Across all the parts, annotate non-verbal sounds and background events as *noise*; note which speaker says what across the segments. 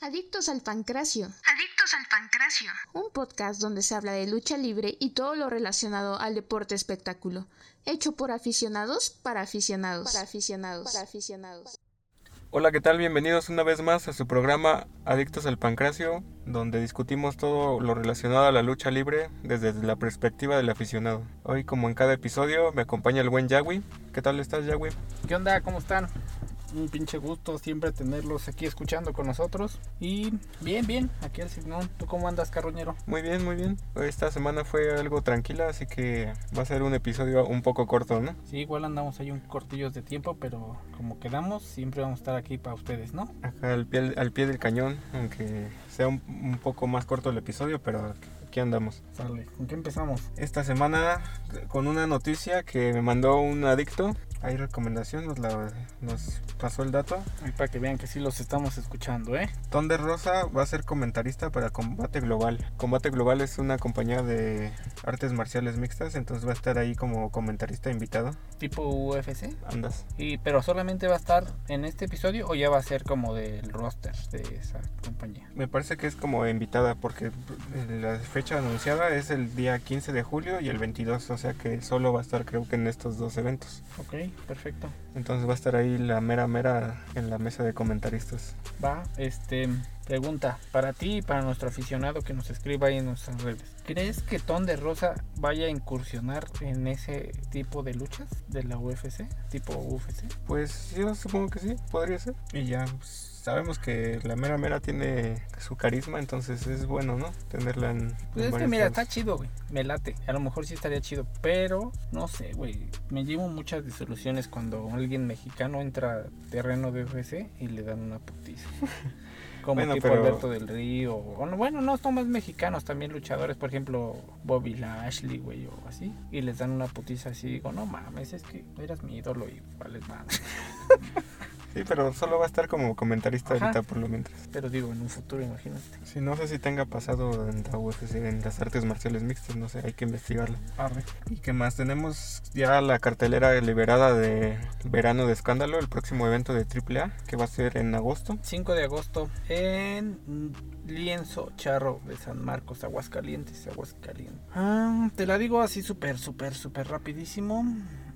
Speaker 1: Adictos al Pancracio.
Speaker 2: Adictos al Pancracio.
Speaker 1: Un podcast donde se habla de lucha libre y todo lo relacionado al deporte espectáculo. Hecho por aficionados para aficionados.
Speaker 3: Para aficionados. Para aficionados.
Speaker 4: Hola, ¿qué tal? Bienvenidos una vez más a su programa Adictos al Pancracio, donde discutimos todo lo relacionado a la lucha libre desde la perspectiva del aficionado. Hoy, como en cada episodio, me acompaña el buen Yagüi. ¿Qué tal estás, Yagüi?
Speaker 5: ¿Qué onda? ¿Cómo están? un pinche gusto siempre tenerlos aquí escuchando con nosotros. Y bien, bien, aquí el Signón. ¿Tú cómo andas, carroñero?
Speaker 4: Muy bien, muy bien. Esta semana fue algo tranquila, así que va a ser un episodio un poco corto, ¿no?
Speaker 5: Sí, igual andamos ahí un cortillos de tiempo, pero como quedamos, siempre vamos a estar aquí para ustedes, ¿no?
Speaker 4: Acá al pie, al pie del cañón, aunque sea un, un poco más corto el episodio, pero aquí andamos.
Speaker 5: Sale, ¿con qué empezamos?
Speaker 4: Esta semana con una noticia que me mandó un adicto hay recomendación, nos, la, nos, pasó el dato.
Speaker 5: Y para que vean que sí los estamos escuchando, ¿eh?
Speaker 4: Thunder Rosa va a ser comentarista para Combate Global. Combate Global es una compañía de artes marciales mixtas, entonces va a estar ahí como comentarista invitado.
Speaker 5: ¿Tipo UFC?
Speaker 4: Andas.
Speaker 5: Y, ¿Pero solamente va a estar en este episodio o ya va a ser como del roster de esa compañía?
Speaker 4: Me parece que es como invitada porque la fecha anunciada es el día 15 de julio y el 22, o sea que solo va a estar creo que en estos dos eventos.
Speaker 5: Ok perfecto.
Speaker 4: Entonces va a estar ahí la mera mera en la mesa de comentaristas.
Speaker 5: Va, este, pregunta, para ti y para nuestro aficionado que nos escriba ahí en nuestras redes, ¿crees que Ton de Rosa vaya a incursionar en ese tipo de luchas de la UFC, tipo UFC?
Speaker 4: Pues yo supongo que sí, podría ser. Y ya, pues sabemos que la mera mera tiene su carisma, entonces es bueno, ¿no? Tenerla en.
Speaker 5: Pues es que mira, casos. está chido, güey. Me late. A lo mejor sí estaría chido, pero no sé, güey. Me llevo muchas disoluciones cuando alguien mexicano entra a terreno de UFC y le dan una *laughs* putiza. como bueno, tipo pero... Alberto del Río. O, bueno, no son más mexicanos, también luchadores, por ejemplo, Bobby Lashley, güey, o así. Y les dan una putiza así. Digo, no mames, es que eras mi ídolo y vales madre. *laughs*
Speaker 4: Sí, pero solo va a estar como comentarista Ajá. ahorita por lo mientras.
Speaker 5: Pero digo, en un futuro, imagínate.
Speaker 4: Sí, no sé si tenga pasado en la UFC, en las artes marciales mixtas, no sé, hay que investigarlo.
Speaker 5: Arre.
Speaker 4: ¿Y qué más? Tenemos ya la cartelera liberada de Verano de Escándalo, el próximo evento de AAA, que va a ser en agosto.
Speaker 5: 5 de agosto en Lienzo Charro de San Marcos, Aguascalientes, Aguascalientes. Ah, te la digo así súper, súper, súper rapidísimo.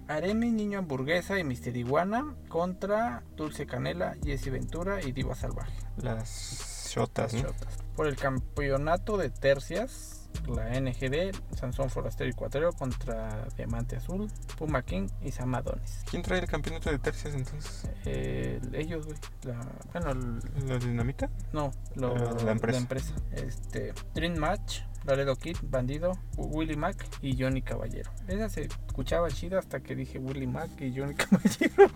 Speaker 5: Aremi, Niño Hamburguesa y Mister Iguana contra Dulce Canela, Jesse Ventura y Diva Salvaje.
Speaker 4: Las shotas. ¿no?
Speaker 5: Por el campeonato de tercias, la NGD, Sansón Forastero y Cuatero contra Diamante Azul, Puma King y Samadones.
Speaker 4: ¿Quién trae el campeonato de tercias entonces?
Speaker 5: Eh, ellos, güey. La, bueno, el,
Speaker 4: ¿La dinamita?
Speaker 5: No, lo,
Speaker 4: la, la, empresa.
Speaker 5: la empresa. Este, Dream Match, Laredo Kid, Bandido, Willy Mac y Johnny Caballero. Esa se escuchaba chida hasta que dije Willy Mac y Johnny *laughs* Caballero.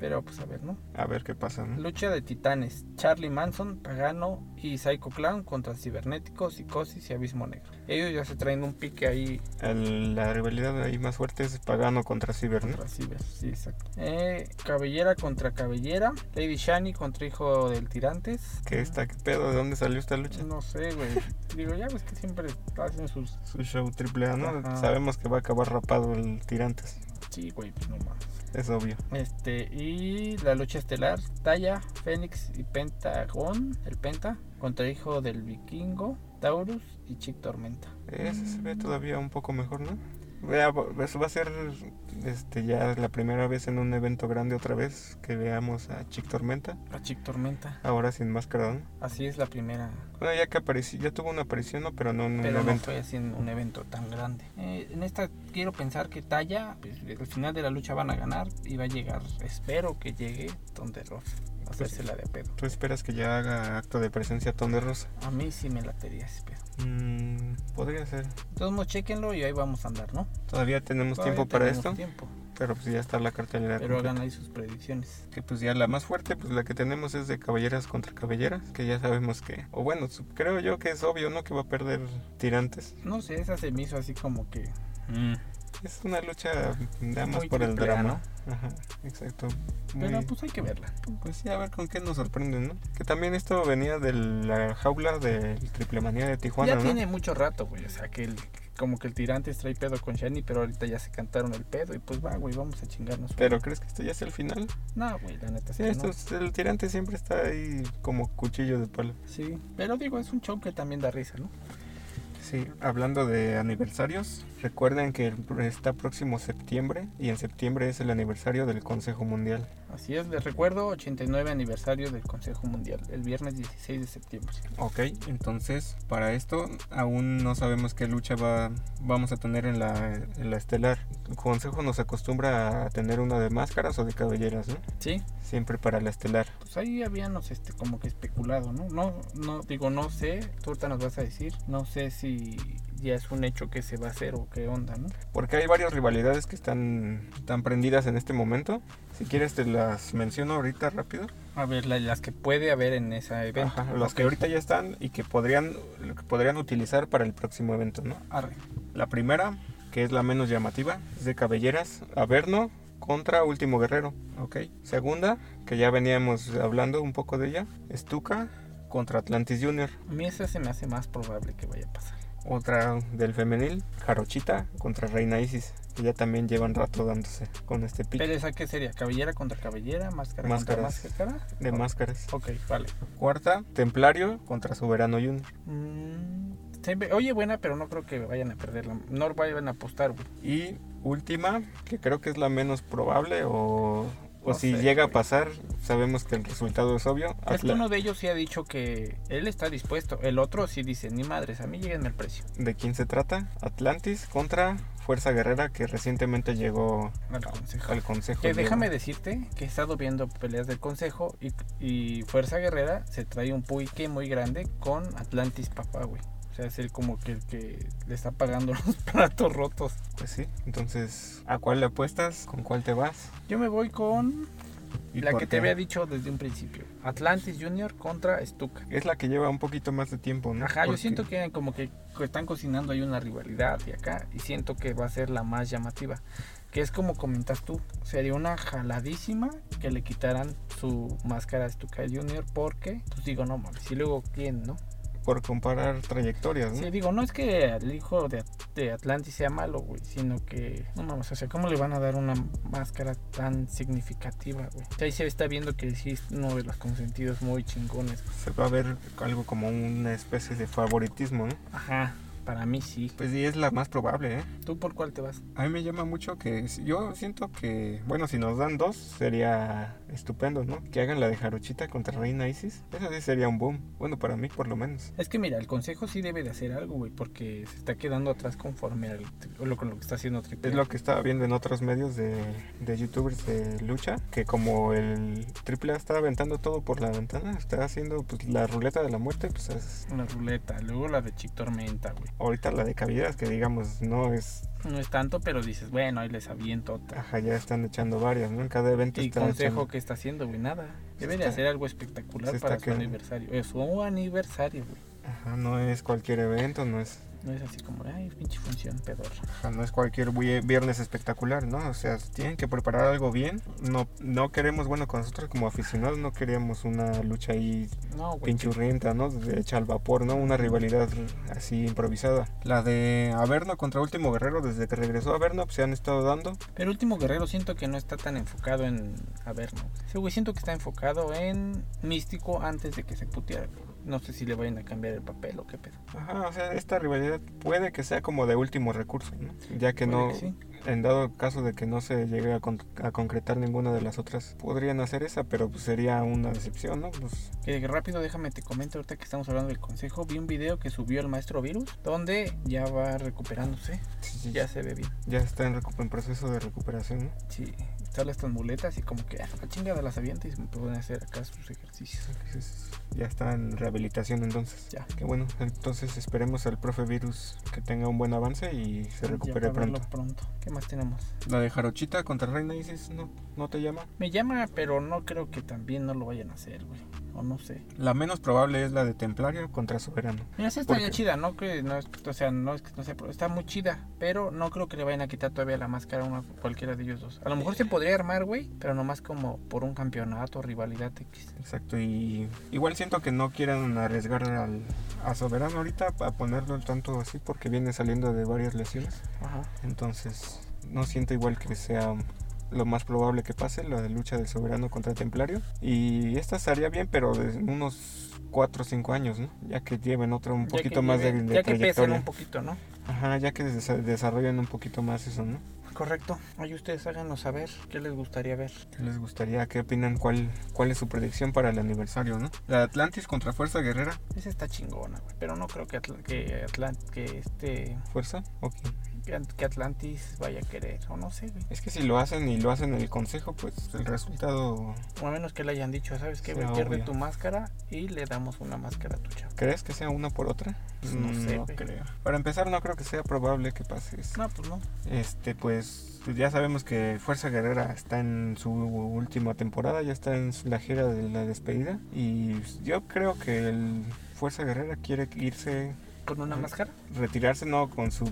Speaker 5: Pero pues a ver, ¿no?
Speaker 4: A ver qué pasa, ¿no?
Speaker 5: Lucha de titanes. Charlie Manson, Pagano y Psycho Clown contra Cibernéticos, Psicosis y Abismo Negro. Ellos ya se traen un pique ahí.
Speaker 4: El, la rivalidad ahí más fuerte es Pagano contra Ciber,
Speaker 5: contra ¿no? Ciber, sí, exacto. Eh, cabellera contra Cabellera. Lady Shani contra Hijo del Tirantes.
Speaker 4: ¿Qué está? ¿Qué pedo? ¿De dónde salió esta lucha?
Speaker 5: No sé, güey. Digo, ya ves que siempre hacen sus...
Speaker 4: Su show triple A, ¿no? Ajá. Sabemos que va a acabar rapado el Tirantes.
Speaker 5: Sí, güey, pues no mames.
Speaker 4: Es obvio.
Speaker 5: Este, y la lucha estelar, Talla, Fénix y Pentagón, el Penta, contra hijo del vikingo, Taurus y Chick Tormenta.
Speaker 4: Ese se ve todavía un poco mejor, ¿no? Eso va a ser este, ya la primera vez en un evento grande otra vez que veamos a Chick Tormenta.
Speaker 5: A Chick Tormenta.
Speaker 4: Ahora sin máscara, ¿no?
Speaker 5: Así es la primera.
Speaker 4: Bueno, ya que apareció, ya tuvo una aparición, ¿no? Pero no en
Speaker 5: Pero
Speaker 4: un evento.
Speaker 5: No fue así en un evento tan grande. Eh, en esta quiero pensar que Talla, pues, al final de la lucha van a ganar y va a llegar, espero que llegue donde Rosa
Speaker 4: Pues
Speaker 5: hacerse la de pedo.
Speaker 4: ¿Tú esperas que ya haga acto de presencia Tonde Rosa?
Speaker 5: A mí sí me latería ese pedo.
Speaker 4: Mm, podría ser.
Speaker 5: Entonces, chequenlo y ahí vamos a andar, ¿no?
Speaker 4: Todavía tenemos Todavía tiempo para
Speaker 5: tenemos
Speaker 4: esto.
Speaker 5: Tiempo.
Speaker 4: Pero pues ya está la cartelera.
Speaker 5: Pero completa. hagan ahí sus predicciones.
Speaker 4: Que pues ya la más fuerte, pues la que tenemos es de caballeras contra caballeras, que ya sabemos que... O bueno, creo yo que es obvio, ¿no? Que va a perder tirantes.
Speaker 5: No sé, esa se me hizo así como que...
Speaker 4: Mm. Es una lucha nada más por el drama. ¿no? Ajá, exacto.
Speaker 5: Muy... Pero pues hay que verla.
Speaker 4: Pues sí, a ver con qué nos sorprenden, ¿no? Que también esto venía de la jaula del Triple Manía de Tijuana.
Speaker 5: Ya
Speaker 4: ¿no?
Speaker 5: tiene mucho rato, güey. O sea, que el como que el tirantes trae pedo con Shani, pero ahorita ya se cantaron el pedo y pues va, güey, vamos a chingarnos. güey.
Speaker 4: Pero ¿crees que esto ya es el final?
Speaker 5: No, güey, la neta es
Speaker 4: Sí,
Speaker 5: Pues que
Speaker 4: esto
Speaker 5: no.
Speaker 4: es- el tirante siempre está ahí como cuchillo de palo.
Speaker 5: Sí, pero digo, es un show que también da risa, ¿no?
Speaker 4: Sí, hablando de aniversarios, recuerden que el- está próximo septiembre y en septiembre es el aniversario del Consejo Mundial.
Speaker 5: Así es, les recuerdo, 89 aniversario del Consejo Mundial, el viernes 16 de septiembre.
Speaker 4: Ok, entonces para esto aún no sabemos qué lucha va, vamos a tener en la, en la estelar. El Consejo nos acostumbra a tener una de máscaras o de cabelleras, ¿no?
Speaker 5: Sí,
Speaker 4: Siempre para la estelar.
Speaker 5: pues ahí habíamos este, como que especulado, ¿no? No, no, digo, no sé, tú ahorita nos vas a decir, no sé si ya es un hecho que se va a hacer o qué onda, ¿no?
Speaker 4: Porque hay varias rivalidades que están, están prendidas en este momento. Si quieres te las menciono ahorita rápido.
Speaker 5: A ver, la- las que puede haber en ese evento.
Speaker 4: Ajá, las
Speaker 5: Ok,
Speaker 4: que ahorita ya están y que podrían, que podrían utilizar para el próximo evento, ¿no?
Speaker 5: arre.
Speaker 4: La primera, que es la menos llamativa, es de cabelleras, Averno contra Último Guerrero, ¿ok? Segunda, que ya veníamos hablando un poco de ella, Stuka contra Atlantis Junior.
Speaker 5: A mí esa se me hace más probable que vaya a pasar.
Speaker 4: Otra del femenil, Jarochita contra Reina Isis, que ya también llevan rato dándose con este pick
Speaker 5: Pero esa qué sería, cabellera contra cabellera, máscara
Speaker 4: Máscaras.
Speaker 5: contra máscara.
Speaker 4: de máscaras.
Speaker 5: Ok, vale.
Speaker 4: Cuarta, Templario contra Soberano Junior.
Speaker 5: Mm, se ve- oye, buena, pero no creo que vayan a perderla. No vayan a apostar, güey.
Speaker 4: Y última, que creo que es la menos probable o, o
Speaker 5: No
Speaker 4: si
Speaker 5: sé,
Speaker 4: llega a
Speaker 5: güey.
Speaker 4: pasar, sabemos que el resultado es obvio.
Speaker 5: Es que
Speaker 4: Atla-
Speaker 5: uno de ellos sí ha dicho que él está dispuesto. El otro sí dice, ni madres, a mí lleguen el precio.
Speaker 4: ¿De quién se trata? Atlantis contra Fuerza Guerrera que recientemente llegó
Speaker 5: Al consejo.
Speaker 4: al Consejo.
Speaker 5: Que
Speaker 4: Diego.
Speaker 5: Eh, déjame decirte que he estado viendo peleas del consejo y, y Fuerza Guerrera se trae un puique muy grande con Atlantis Papá, güey. O sea, es el como que el que le está pagando *laughs* los platos rotos.
Speaker 4: Pues sí, entonces, ¿a cuál le apuestas? ¿Con cuál te vas?
Speaker 5: Yo me voy con
Speaker 4: ¿Y
Speaker 5: la
Speaker 4: por
Speaker 5: que
Speaker 4: qué?
Speaker 5: te había dicho desde un principio. Atlantis Junior contra Stuka.
Speaker 4: Es la que lleva un poquito más de tiempo, ¿no?
Speaker 5: Ajá, yo
Speaker 4: Porque
Speaker 5: siento que como que co- están cocinando ahí una rivalidad y acá, y siento que va a ser la más llamativa. Que es como comentas tú, sería una jaladísima que le quitaran su máscara a Stuka Junior porque, pues digo, no mames, y luego quién, ¿no?
Speaker 4: Por comparar trayectorias, ¿no?
Speaker 5: Sí, digo, no es que el hijo de, At- de Atlantis sea malo, güey, sino que, no mames, o sea, ¿cómo le van a dar una máscara tan significativa, güey? O sea, ahí se está viendo que sí es uno de los consentidos muy chingones.
Speaker 4: Se va a ver algo como una especie de favoritismo, ¿no?
Speaker 5: Ajá, para mí sí.
Speaker 4: Pues sí, es la más probable, ¿eh?
Speaker 5: ¿Tú por cuál te vas?
Speaker 4: A mí me llama mucho que si- yo siento que, bueno, si nos dan dos sería estupendo, ¿no? Que hagan la de Jarochita contra Reina Isis. Eso sí sería un boom. Bueno, para mí por lo menos.
Speaker 5: Es que mira, el consejo sí debe de hacer algo, güey, porque se está quedando atrás conforme al, lo, con lo que está haciendo Triple.
Speaker 4: Es lo que estaba viendo en otros medios de, de youtubers de lucha, que como el AAA está aventando todo por la ventana, está haciendo pues, la ruleta de la muerte, pues es-
Speaker 5: La ruleta, luego la de Chick Tormenta, güey.
Speaker 4: ahorita la de cavidades que digamos no es,
Speaker 5: No es tanto, pero dices, bueno, ahí les aviento otra.
Speaker 4: ajá, ya están echando varias, ¿no? En cada evento
Speaker 5: Y
Speaker 4: están
Speaker 5: consejo
Speaker 4: echando-
Speaker 5: que está haciendo, güey, nada.
Speaker 4: Se
Speaker 5: Debe de
Speaker 4: está-
Speaker 5: hacer algo
Speaker 4: se
Speaker 5: espectacular
Speaker 4: está
Speaker 5: para su
Speaker 4: quedando.
Speaker 5: aniversario. Es su aniversario, güey.
Speaker 4: Ajá, no es cualquier evento, no es,
Speaker 5: No es así como, ay, pinche función pedorra.
Speaker 4: ajá, no es cualquier vie- viernes espectacular, ¿no? O sea, tienen que preparar algo bien. No, no queremos, bueno, con nosotros como aficionados no queríamos una lucha ahí
Speaker 5: No, güey.
Speaker 4: pinchurrienta, ¿no? De hecha al vapor, ¿no? Una rivalidad así improvisada. La de Averno contra Último Guerrero, desde que regresó Averno, pues se han estado dando.
Speaker 5: Pero Último Guerrero siento que no está tan enfocado en Averno. Ese güey siento que está enfocado en Místico antes de que se puteara. No sé si le vayan a cambiar el papel o qué pedo.
Speaker 4: Ajá, o sea, esta rivalidad puede que sea como de último recurso, ¿no? Ya que
Speaker 5: Puede
Speaker 4: no,
Speaker 5: que sí.
Speaker 4: en dado caso de que no se llegue a, con- a concretar ninguna de las otras, podrían hacer esa, pero pues sería una decepción, ¿no? Pues
Speaker 5: Que rápido, déjame te comento ahorita que estamos hablando del consejo. Vi un video que subió el maestro Virus, donde ya va recuperándose.
Speaker 4: sí, sí,
Speaker 5: Ya se ve bien.
Speaker 4: ya está en, recu- en proceso de recuperación, ¿no?
Speaker 5: Sí, sale estas muletas y como que ah, la chingada las avienta y se pueden hacer acá sus ejercicios.
Speaker 4: Entonces, Ya está en rehabilitación entonces.
Speaker 5: Ya.
Speaker 4: Qué bueno, entonces esperemos al profe virus que tenga un buen avance y se recupere
Speaker 5: Ya para verlo
Speaker 4: pronto.
Speaker 5: pronto. ¿Qué más tenemos?
Speaker 4: La de Jarochita contra Reina dices, no, no te llama.
Speaker 5: Me llama, pero no creo que también no lo vayan a hacer, güey. o no sé.
Speaker 4: La menos probable es la de Templario contra Soberano.
Speaker 5: Mira, esa
Speaker 4: ¿Por
Speaker 5: estaría
Speaker 4: qué?
Speaker 5: chida, no que no es, o sea, no es que no sea, pro- está muy chida, pero no creo que le vayan a quitar todavía la máscara a una- cualquiera de ellos dos. A lo mejor se podría armar, güey, pero nomás como por un campeonato, rivalidad X.
Speaker 4: Exacto, y igual siento que no quieran arriesgar al, a Soberano ahorita a ponerlo al tanto así porque viene saliendo de varias lesiones.
Speaker 5: Ajá.
Speaker 4: Entonces, no siento igual que sea lo más probable que pase, la de lucha del soberano contra templario. Y esta estaría bien, pero de unos 4 o 5 años, ¿no? Ya que lleven otro un
Speaker 5: Ya
Speaker 4: poquito
Speaker 5: que
Speaker 4: más de,
Speaker 5: lleven-
Speaker 4: de
Speaker 5: Ya que pesen
Speaker 4: trayectoria.
Speaker 5: un poquito, ¿no?
Speaker 4: Ajá, ya que desa- desarrollen un poquito más eso, ¿no?
Speaker 5: Correcto. Oye, ustedes háganos saber qué les gustaría ver.
Speaker 4: ¿Qué les gustaría? ¿Qué opinan? ¿Cuál, cuál es su predicción para el aniversario, no? La de Atlantis contra Fuerza Guerrera.
Speaker 5: Esa está chingona, güey, pero no creo que, Atl- que, Atlan- que, este,
Speaker 4: ¿Fuerza? Ok.
Speaker 5: que At- que Atlantis vaya a querer, o no sé, güey.
Speaker 4: Es que si lo hacen y lo hacen en el consejo, pues el resultado...
Speaker 5: O a menos que le hayan dicho, ¿sabes qué?
Speaker 4: Sí,
Speaker 5: güey? pierde
Speaker 4: obvio.
Speaker 5: tu máscara y le damos una máscara a tu chavo.
Speaker 4: ¿Crees que sea una por otra? Mm,
Speaker 5: Pues no sé,
Speaker 4: No
Speaker 5: güey.
Speaker 4: creo. Para empezar, no creo que sea probable que pase eso.
Speaker 5: No, pues no.
Speaker 4: Este, pues ya sabemos que Fuerza Guerrera está en su última temporada, ya está en la gira de la despedida. Y yo creo que el Fuerza Guerrera quiere irse,
Speaker 5: ¿Con una
Speaker 4: Ujú.
Speaker 5: máscara?
Speaker 4: retirarse, no con su,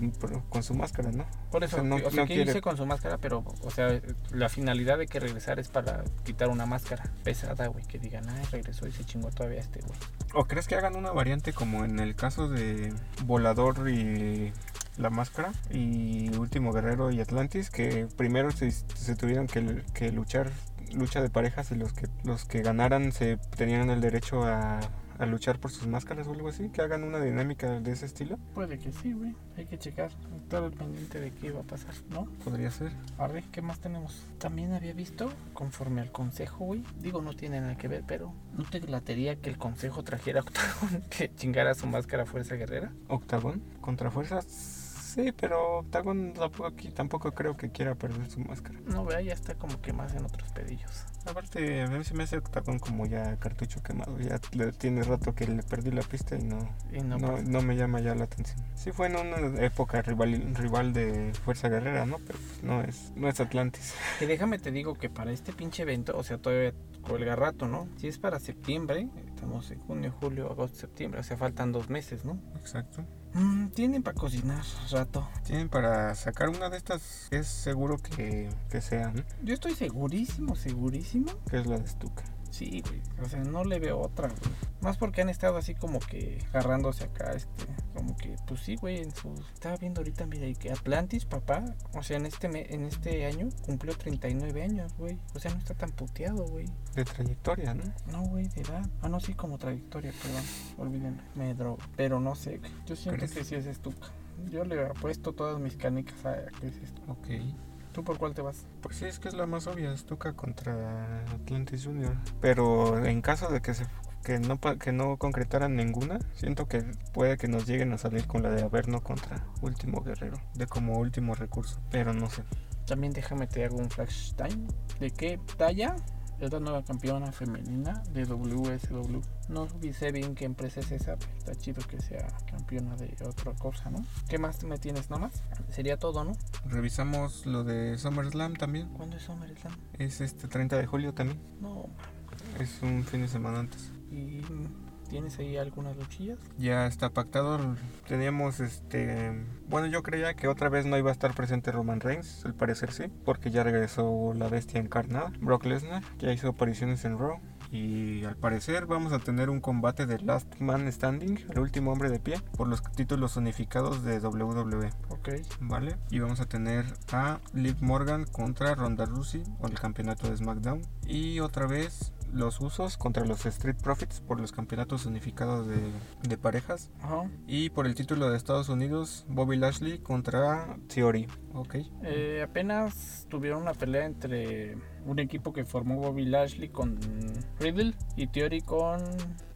Speaker 4: con su máscara, ¿no?
Speaker 5: Por
Speaker 4: O
Speaker 5: eso,
Speaker 4: sea, no-
Speaker 5: o sea,
Speaker 4: no
Speaker 5: que
Speaker 4: quiere.
Speaker 5: irse con su máscara, pero, o sea, la finalidad de que regresar es para quitar una máscara pesada, güey. Que digan, ay, regresó y se chingó todavía este, güey.
Speaker 4: ¿O crees que hagan una variante como en el caso de Volador y la máscara y Último Guerrero y Atlantis que primero se, se tuvieron que, que luchar lucha de parejas y los que los que ganaran se tenían el derecho a, a luchar por sus máscaras o algo así que hagan una dinámica de ese estilo
Speaker 5: Puede que sí, güey. Hay que checar. Estar al pendiente de qué iba a pasar, ¿no?
Speaker 4: podría ser
Speaker 5: Arre, ¿qué más tenemos? También había visto, conforme al consejo, güey. Digo, no tiene nada que ver, pero ¿no te glatería que el consejo trajera a Octagon *laughs* que chingara su máscara Fuerza Guerrera?
Speaker 4: Octagón contra fuerzas sí pero Octagón tampoco aquí tampoco creo que quiera perder su máscara
Speaker 5: No, vea, ya está como que más en otros pedillos.
Speaker 4: Aparte, a mí se me hace Octagon como ya cartucho quemado. Ya le- tiene rato que le perdí la pista y no,
Speaker 5: Y no,
Speaker 4: no,
Speaker 5: pasa.
Speaker 4: no me llama ya la atención. Sí fue en una época rival, rival de Fuerza Guerrera, ¿no? Pero pues, no es, no es Atlantis.
Speaker 5: Que déjame te digo que para este pinche evento, o sea, todavía cuelga rato, ¿no? Si es para septiembre, estamos en junio, julio, agosto, septiembre, o sea, faltan dos meses, ¿no?
Speaker 4: Exacto.
Speaker 5: Mm, tienen para cocinar rato.
Speaker 4: Tienen para sacar una de estas, es seguro que, que sea, ¿no?
Speaker 5: Yo estoy segurísimo, segurísimo.
Speaker 4: Que es la de Stuka.
Speaker 5: Sí, güey. O sea, no le veo otra, güey. Más porque han estado así como que agarrándose acá, este. Como que, pues sí, güey. En sus... Estaba viendo ahorita, mira, y que Atlantis, papá. O sea, en este, me- en este año cumplió 39 años, güey. O sea, no está tan puteado, güey.
Speaker 4: De trayectoria, ¿no?
Speaker 5: No, güey, de edad. Ah, no, sí, como trayectoria, perdón. Olvídenlo. Me drogo. Pero no sé, güey. Yo siento
Speaker 4: ¿Crees?
Speaker 5: que sí es estuca. Yo le apuesto todas mis canicas a que es esto.
Speaker 4: Ok.
Speaker 5: ¿Tú por cuál te vas?
Speaker 4: Pues sí, es que es la más obvia, Stuka contra Atlantis Junior. Pero en caso de que se que no pa- que no concretaran ninguna, siento que puede que nos lleguen a salir con la de Averno contra Último Guerrero, de como último recurso, pero no sé.
Speaker 5: También déjame te hago un flash time de que Taya es la nueva campeona femenina de WSW. No sé bien qué empresa es esa, pero está chido que sea campeona de otra cosa, ¿no? ¿Qué más me tienes nomás? Sería todo, ¿no?
Speaker 4: Revisamos lo de SummerSlam también.
Speaker 5: ¿Cuándo es SummerSlam?
Speaker 4: Es este 30 de julio también.
Speaker 5: No, ma.
Speaker 4: Es un fin de semana antes.
Speaker 5: ¿Y tienes ahí algunas luchillas?
Speaker 4: Ya está pactado. Teníamos este. Bueno, yo creía que otra vez no iba a estar presente Roman Reigns, al parecer sí, porque ya regresó la bestia encarnada, Brock Lesnar, ya hizo apariciones en Raw. Y al parecer vamos a tener un combate de Last Man Standing, el último hombre de pie, por los títulos unificados de WWE,
Speaker 5: Ok.
Speaker 4: ¿vale? Y vamos a tener a Liv Morgan contra Ronda Rousey por el campeonato de SmackDown. Y otra vez los usos contra los Street Profits por los campeonatos unificados de, de parejas.
Speaker 5: Ajá.
Speaker 4: Y por el título de Estados Unidos, Bobby Lashley contra Theory. Ok.
Speaker 5: Eh, apenas tuvieron una pelea entre un equipo que formó Bobby Lashley con Riddle y Theory con.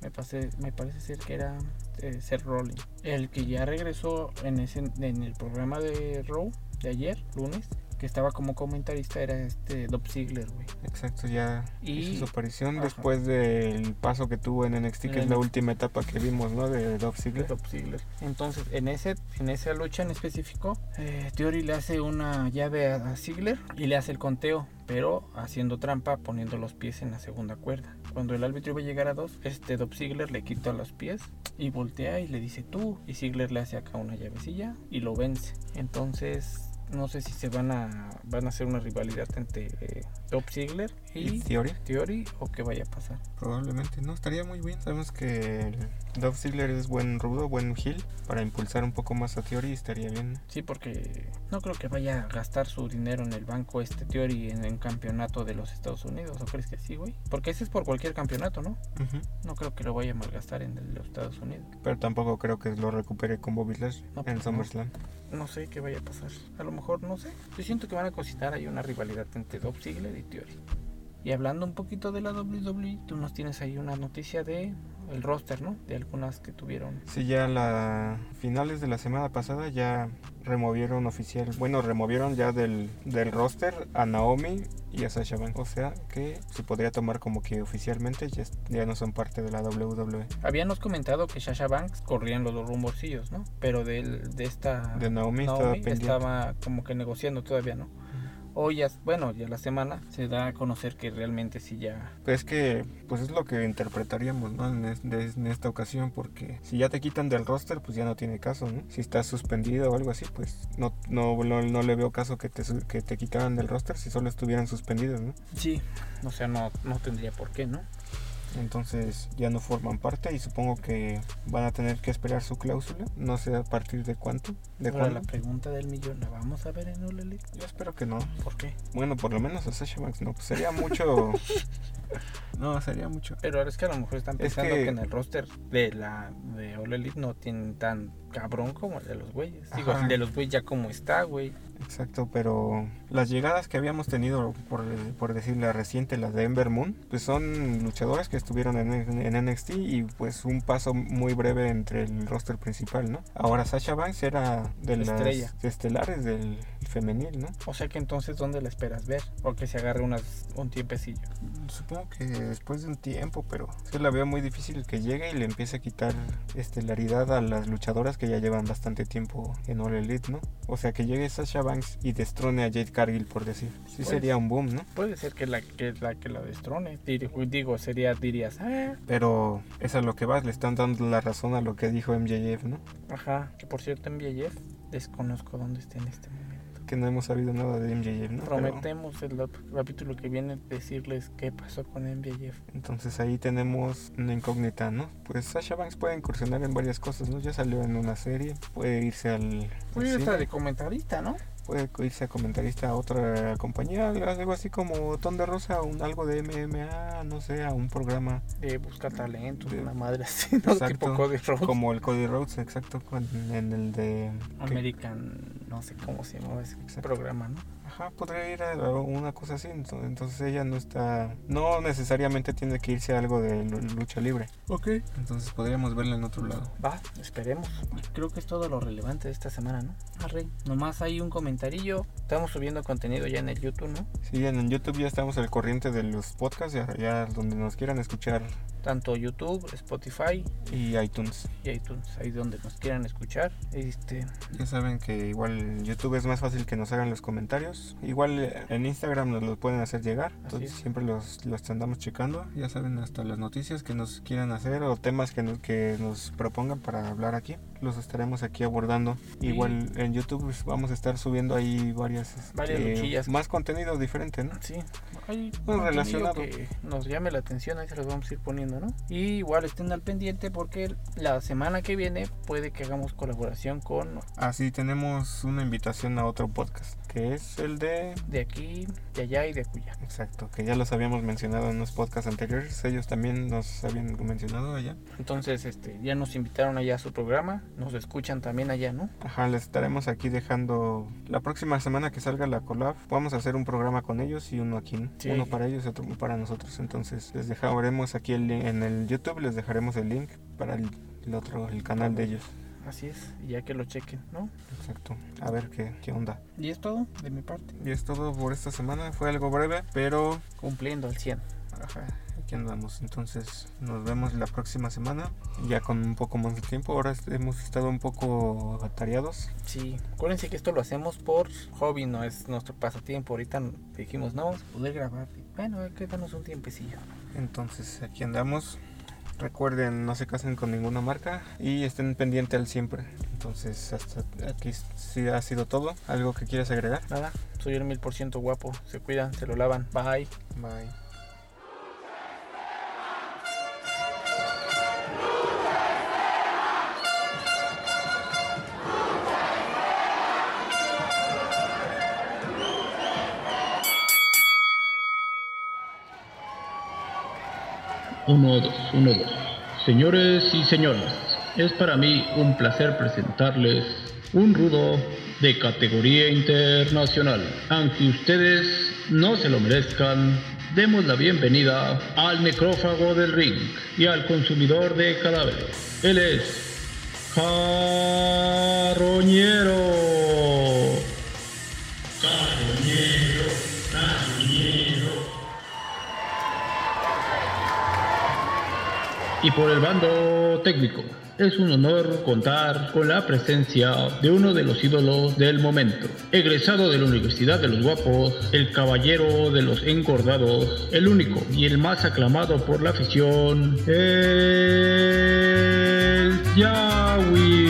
Speaker 5: Me, pasé- me parece ser que era eh, Seth Rollins. El que ya regresó en, ese, en el programa de Raw de ayer, lunes, que estaba como comentarista era este Dob Ziggler, güey.
Speaker 4: Exacto, ya
Speaker 5: Y-
Speaker 4: hizo su aparición
Speaker 5: ajá.
Speaker 4: después del paso que tuvo en NXT, que
Speaker 5: En
Speaker 4: es la
Speaker 5: NXT.
Speaker 4: última etapa que vimos, ¿no? De Dolph
Speaker 5: de
Speaker 4: Ziggler.
Speaker 5: Dolph Ziggler. Entonces, en ese en esa lucha en específico, eh, Theory le hace una llave a, a Ziggler y le hace el conteo, pero haciendo trampa, poniendo los pies en la segunda cuerda. Cuando el árbitro iba a llegar a dos, este Dolph Ziggler le quita los pies y voltea y le dice tú. Y Ziggler le hace acá una llavecilla y lo vence. Entonces, no sé si se van a van a hacer una rivalidad entre eh, Dolph Ziggler
Speaker 4: Y
Speaker 5: y
Speaker 4: Theory,
Speaker 5: Theory o qué vaya a pasar.
Speaker 4: probablemente, ¿no? Estaría muy bien. Sabemos que el Dolph Ziggler es buen rudo, buen heel, para impulsar un poco más a Theory estaría bien.
Speaker 5: Sí, porque no creo que vaya a gastar su dinero en el banco este Theory en el campeonato de los Estados Unidos. ¿O crees que sí, güey? Porque ese es por cualquier campeonato, ¿no?
Speaker 4: Ujú.
Speaker 5: No creo que lo vaya a malgastar en el de los Estados Unidos.
Speaker 4: Pero tampoco creo que lo recupere con Bobby Lashley
Speaker 5: No,
Speaker 4: en
Speaker 5: pues, no.
Speaker 4: SummerSlam.
Speaker 5: No sé qué vaya a pasar. A lo mejor, no sé. Yo siento que van a cocinar ahí una rivalidad entre Dolph Ziggler y Theory. Y hablando un poquito de la WWE, tú nos tienes ahí una noticia de el roster, ¿no? De algunas que tuvieron.
Speaker 4: Sí, ya la finales de la semana pasada ya removieron oficial, bueno, removieron ya del, del roster a Naomi y a Sasha Banks. O sea que se podría tomar como que oficialmente ya, es- ya no son parte de la E, WWE.
Speaker 5: Habíamos comentado que Sasha Banks corrían los dos rumorcillos, ¿no? Pero del- de esta...
Speaker 4: De Naomi, estaba
Speaker 5: Naomi
Speaker 4: pendiente.
Speaker 5: estaba como que negociando todavía, ¿no? Hoy, ya, bueno, ya la semana se da a conocer que realmente sí ya.
Speaker 4: Pues es que pues es lo que interpretaríamos ¿no? en, es- de- en esta ocasión porque si ya te quitan del roster pues ya no tiene caso, ¿no? Si estás suspendido o algo así pues no, no, no, no le veo caso que te, su- que te quitaran del roster si solo estuvieran suspendidos, ¿no?
Speaker 5: Sí. O sea, no, no tendría por qué, ¿no?
Speaker 4: Entonces ya no forman parte y supongo que van a tener que esperar su cláusula. No sé a partir de cuánto. ¿De
Speaker 5: Ahora la
Speaker 4: cuándo?
Speaker 5: pregunta del millón, ¿la vamos a ver en Ulele?
Speaker 4: Yo espero que no.
Speaker 5: ¿Por qué?
Speaker 4: Bueno, por lo menos a Sasha Banks no. pues sería mucho. *laughs* no, sería mucho.
Speaker 5: Pero ahora es que a lo mejor están
Speaker 4: Es
Speaker 5: pensando que...
Speaker 4: que
Speaker 5: en el roster de la de All Elite no tienen tan cabrón como el de los güeyes. Digo,
Speaker 4: Ajá.
Speaker 5: el de los güeyes ya como está, güey.
Speaker 4: Exacto, pero las llegadas que habíamos tenido, por, por decir la reciente, las de Ember Moon, pues son luchadores que estuvieron en, en NXT y pues un paso muy breve entre el roster principal, ¿no? Ahora Sasha Banks era de las
Speaker 5: Estrella.
Speaker 4: estelares del femenil, ¿no?
Speaker 5: O sea que entonces, ¿dónde la esperas ver? O que se agarre unas, un tiempecillo.
Speaker 4: Supongo que después de un tiempo, pero es que la veo muy difícil que llegue y le empiece a quitar estelaridad a las luchadoras que ya llevan bastante tiempo en All Elite, ¿no? O sea, que llegue Sasha Banks y destrone a Jade Cargill, por decir. Sí
Speaker 5: Pues.
Speaker 4: sería un boom, ¿no?
Speaker 5: Puede ser que la que la, que la destrone. Dir- Digo, sería, dirías, ah,
Speaker 4: Pero es a lo que vas, le están dando la razón a lo que dijo MJF, ¿no?
Speaker 5: Ajá, que por cierto en Jeff desconozco dónde está en este momento.
Speaker 4: Que no hemos sabido nada de MJF, ¿no? Pero-
Speaker 5: Prometemos el op- capítulo que viene decirles qué pasó con Jeff
Speaker 4: entonces ahí tenemos una incógnita, ¿no? Pues Sasha Banks puede incursionar en varias cosas, ¿no? Ya salió en una serie, puede irse al... al
Speaker 5: Pues
Speaker 4: cine.
Speaker 5: está de comentarista, ¿no?
Speaker 4: puede irse a comentarista a otra compañía, algo así como Ton de Rosa, un, algo de MMA, no sé, a un programa
Speaker 5: De busca talentos,
Speaker 4: De-
Speaker 5: una madre así, ¿no?
Speaker 4: Exacto.
Speaker 5: Tipo Cody Rhodes.
Speaker 4: como el Cody Rhodes, exacto, con- en el de... que-
Speaker 5: American, no sé cómo se llamaba ese
Speaker 4: Exacto.
Speaker 5: programa, ¿no?
Speaker 4: Ajá, podría ir a a una cosa así, ento- entonces ella no está... No necesariamente tiene que irse a algo de lu- lucha libre.
Speaker 5: Ok.
Speaker 4: Entonces podríamos verla en otro lado.
Speaker 5: Va, esperemos. Creo que es todo lo relevante de esta semana, ¿no? Ah, Rey. Nomás hay un comentarillo. Estamos subiendo contenido ya en el YouTube, ¿no?
Speaker 4: Sí, en YouTube ya estamos al corriente de los podcasts, ya, ya donde nos quieran escuchar
Speaker 5: Tanto YouTube, Spotify
Speaker 4: y iTunes.
Speaker 5: y iTunes, ahí donde nos quieran escuchar. Este,
Speaker 4: Ya saben que igual en YouTube es más fácil que nos hagan los comentarios. Igual eh, en Instagram nos los pueden hacer llegar. Entonces
Speaker 5: es.
Speaker 4: siempre los, los andamos checando. Ya saben hasta las noticias que nos quieran hacer o temas que nos, que nos propongan para hablar aquí. Los estaremos aquí abordando.
Speaker 5: Y-
Speaker 4: Igual en YouTube pues, vamos a estar subiendo ahí varias... este,
Speaker 5: Varias luchillas.
Speaker 4: Más contenido diferente, ¿no?
Speaker 5: sí, hay
Speaker 4: Bueno,
Speaker 5: contenido
Speaker 4: relacionado.
Speaker 5: que nos llame la atención, ahí se los vamos a ir poniendo, ¿no? Y igual estén al pendiente porque la semana que viene puede que hagamos colaboración con
Speaker 4: Así tenemos una invitación a otro podcast, que es el de
Speaker 5: de aquí, de allá y de acullá.
Speaker 4: Exacto, que ya los habíamos mencionado en los podcasts anteriores, ellos también nos habían mencionado allá.
Speaker 5: Entonces, este, ya nos invitaron allá a su programa, nos escuchan también allá, ¿no?
Speaker 4: Ajá, les estaremos aquí dejando la próxima semana que salga la collab. Vamos a hacer un programa con ellos y uno aquí, ¿no?
Speaker 5: Sí.
Speaker 4: uno para ellos y otro para nosotros. Entonces les dejaremos aquí el link en el YouTube, les dejaremos el link para el, el otro, el canal de ellos.
Speaker 5: Así es, y ya que lo chequen, ¿no?
Speaker 4: Exacto. A ver qué, qué onda.
Speaker 5: Y es todo de mi parte.
Speaker 4: Y es todo por esta semana. Fue algo breve, pero
Speaker 5: Cumpliendo al 100.
Speaker 4: ajá, aquí andamos. Entonces nos vemos la próxima semana. Ya con un poco más de tiempo. Ahora es- hemos estado un poco atareados.
Speaker 5: Sí, acuérdense que esto lo hacemos por hobby, no es nuestro pasatiempo. Ahorita dijimos, no vamos a poder grabar. Bueno, hay que darnos un tiempecillo.
Speaker 4: Entonces aquí andamos. Recuerden, no se casen con ninguna marca y estén pendiente al siempre. Entonces hasta aquí sí ha sido todo. ¿Algo que quieras agregar?
Speaker 5: Nada, soy el mil por ciento guapo. Se cuidan, se lo lavan. Bye.
Speaker 4: Bye.
Speaker 2: Uno, dos, uno, dos. Señores y señoras, es para mí un placer presentarles un rudo de categoría internacional. Aunque ustedes no se lo merezcan, demos la bienvenida al necrófago del ring y al consumidor de cadáveres. Él es Carroñero. Y por el bando técnico, es un honor contar con la presencia de uno de los ídolos del momento. Egresado de la Universidad de los Guapos, el caballero de los engordados, el único y el más aclamado por la afición, el Yahweh.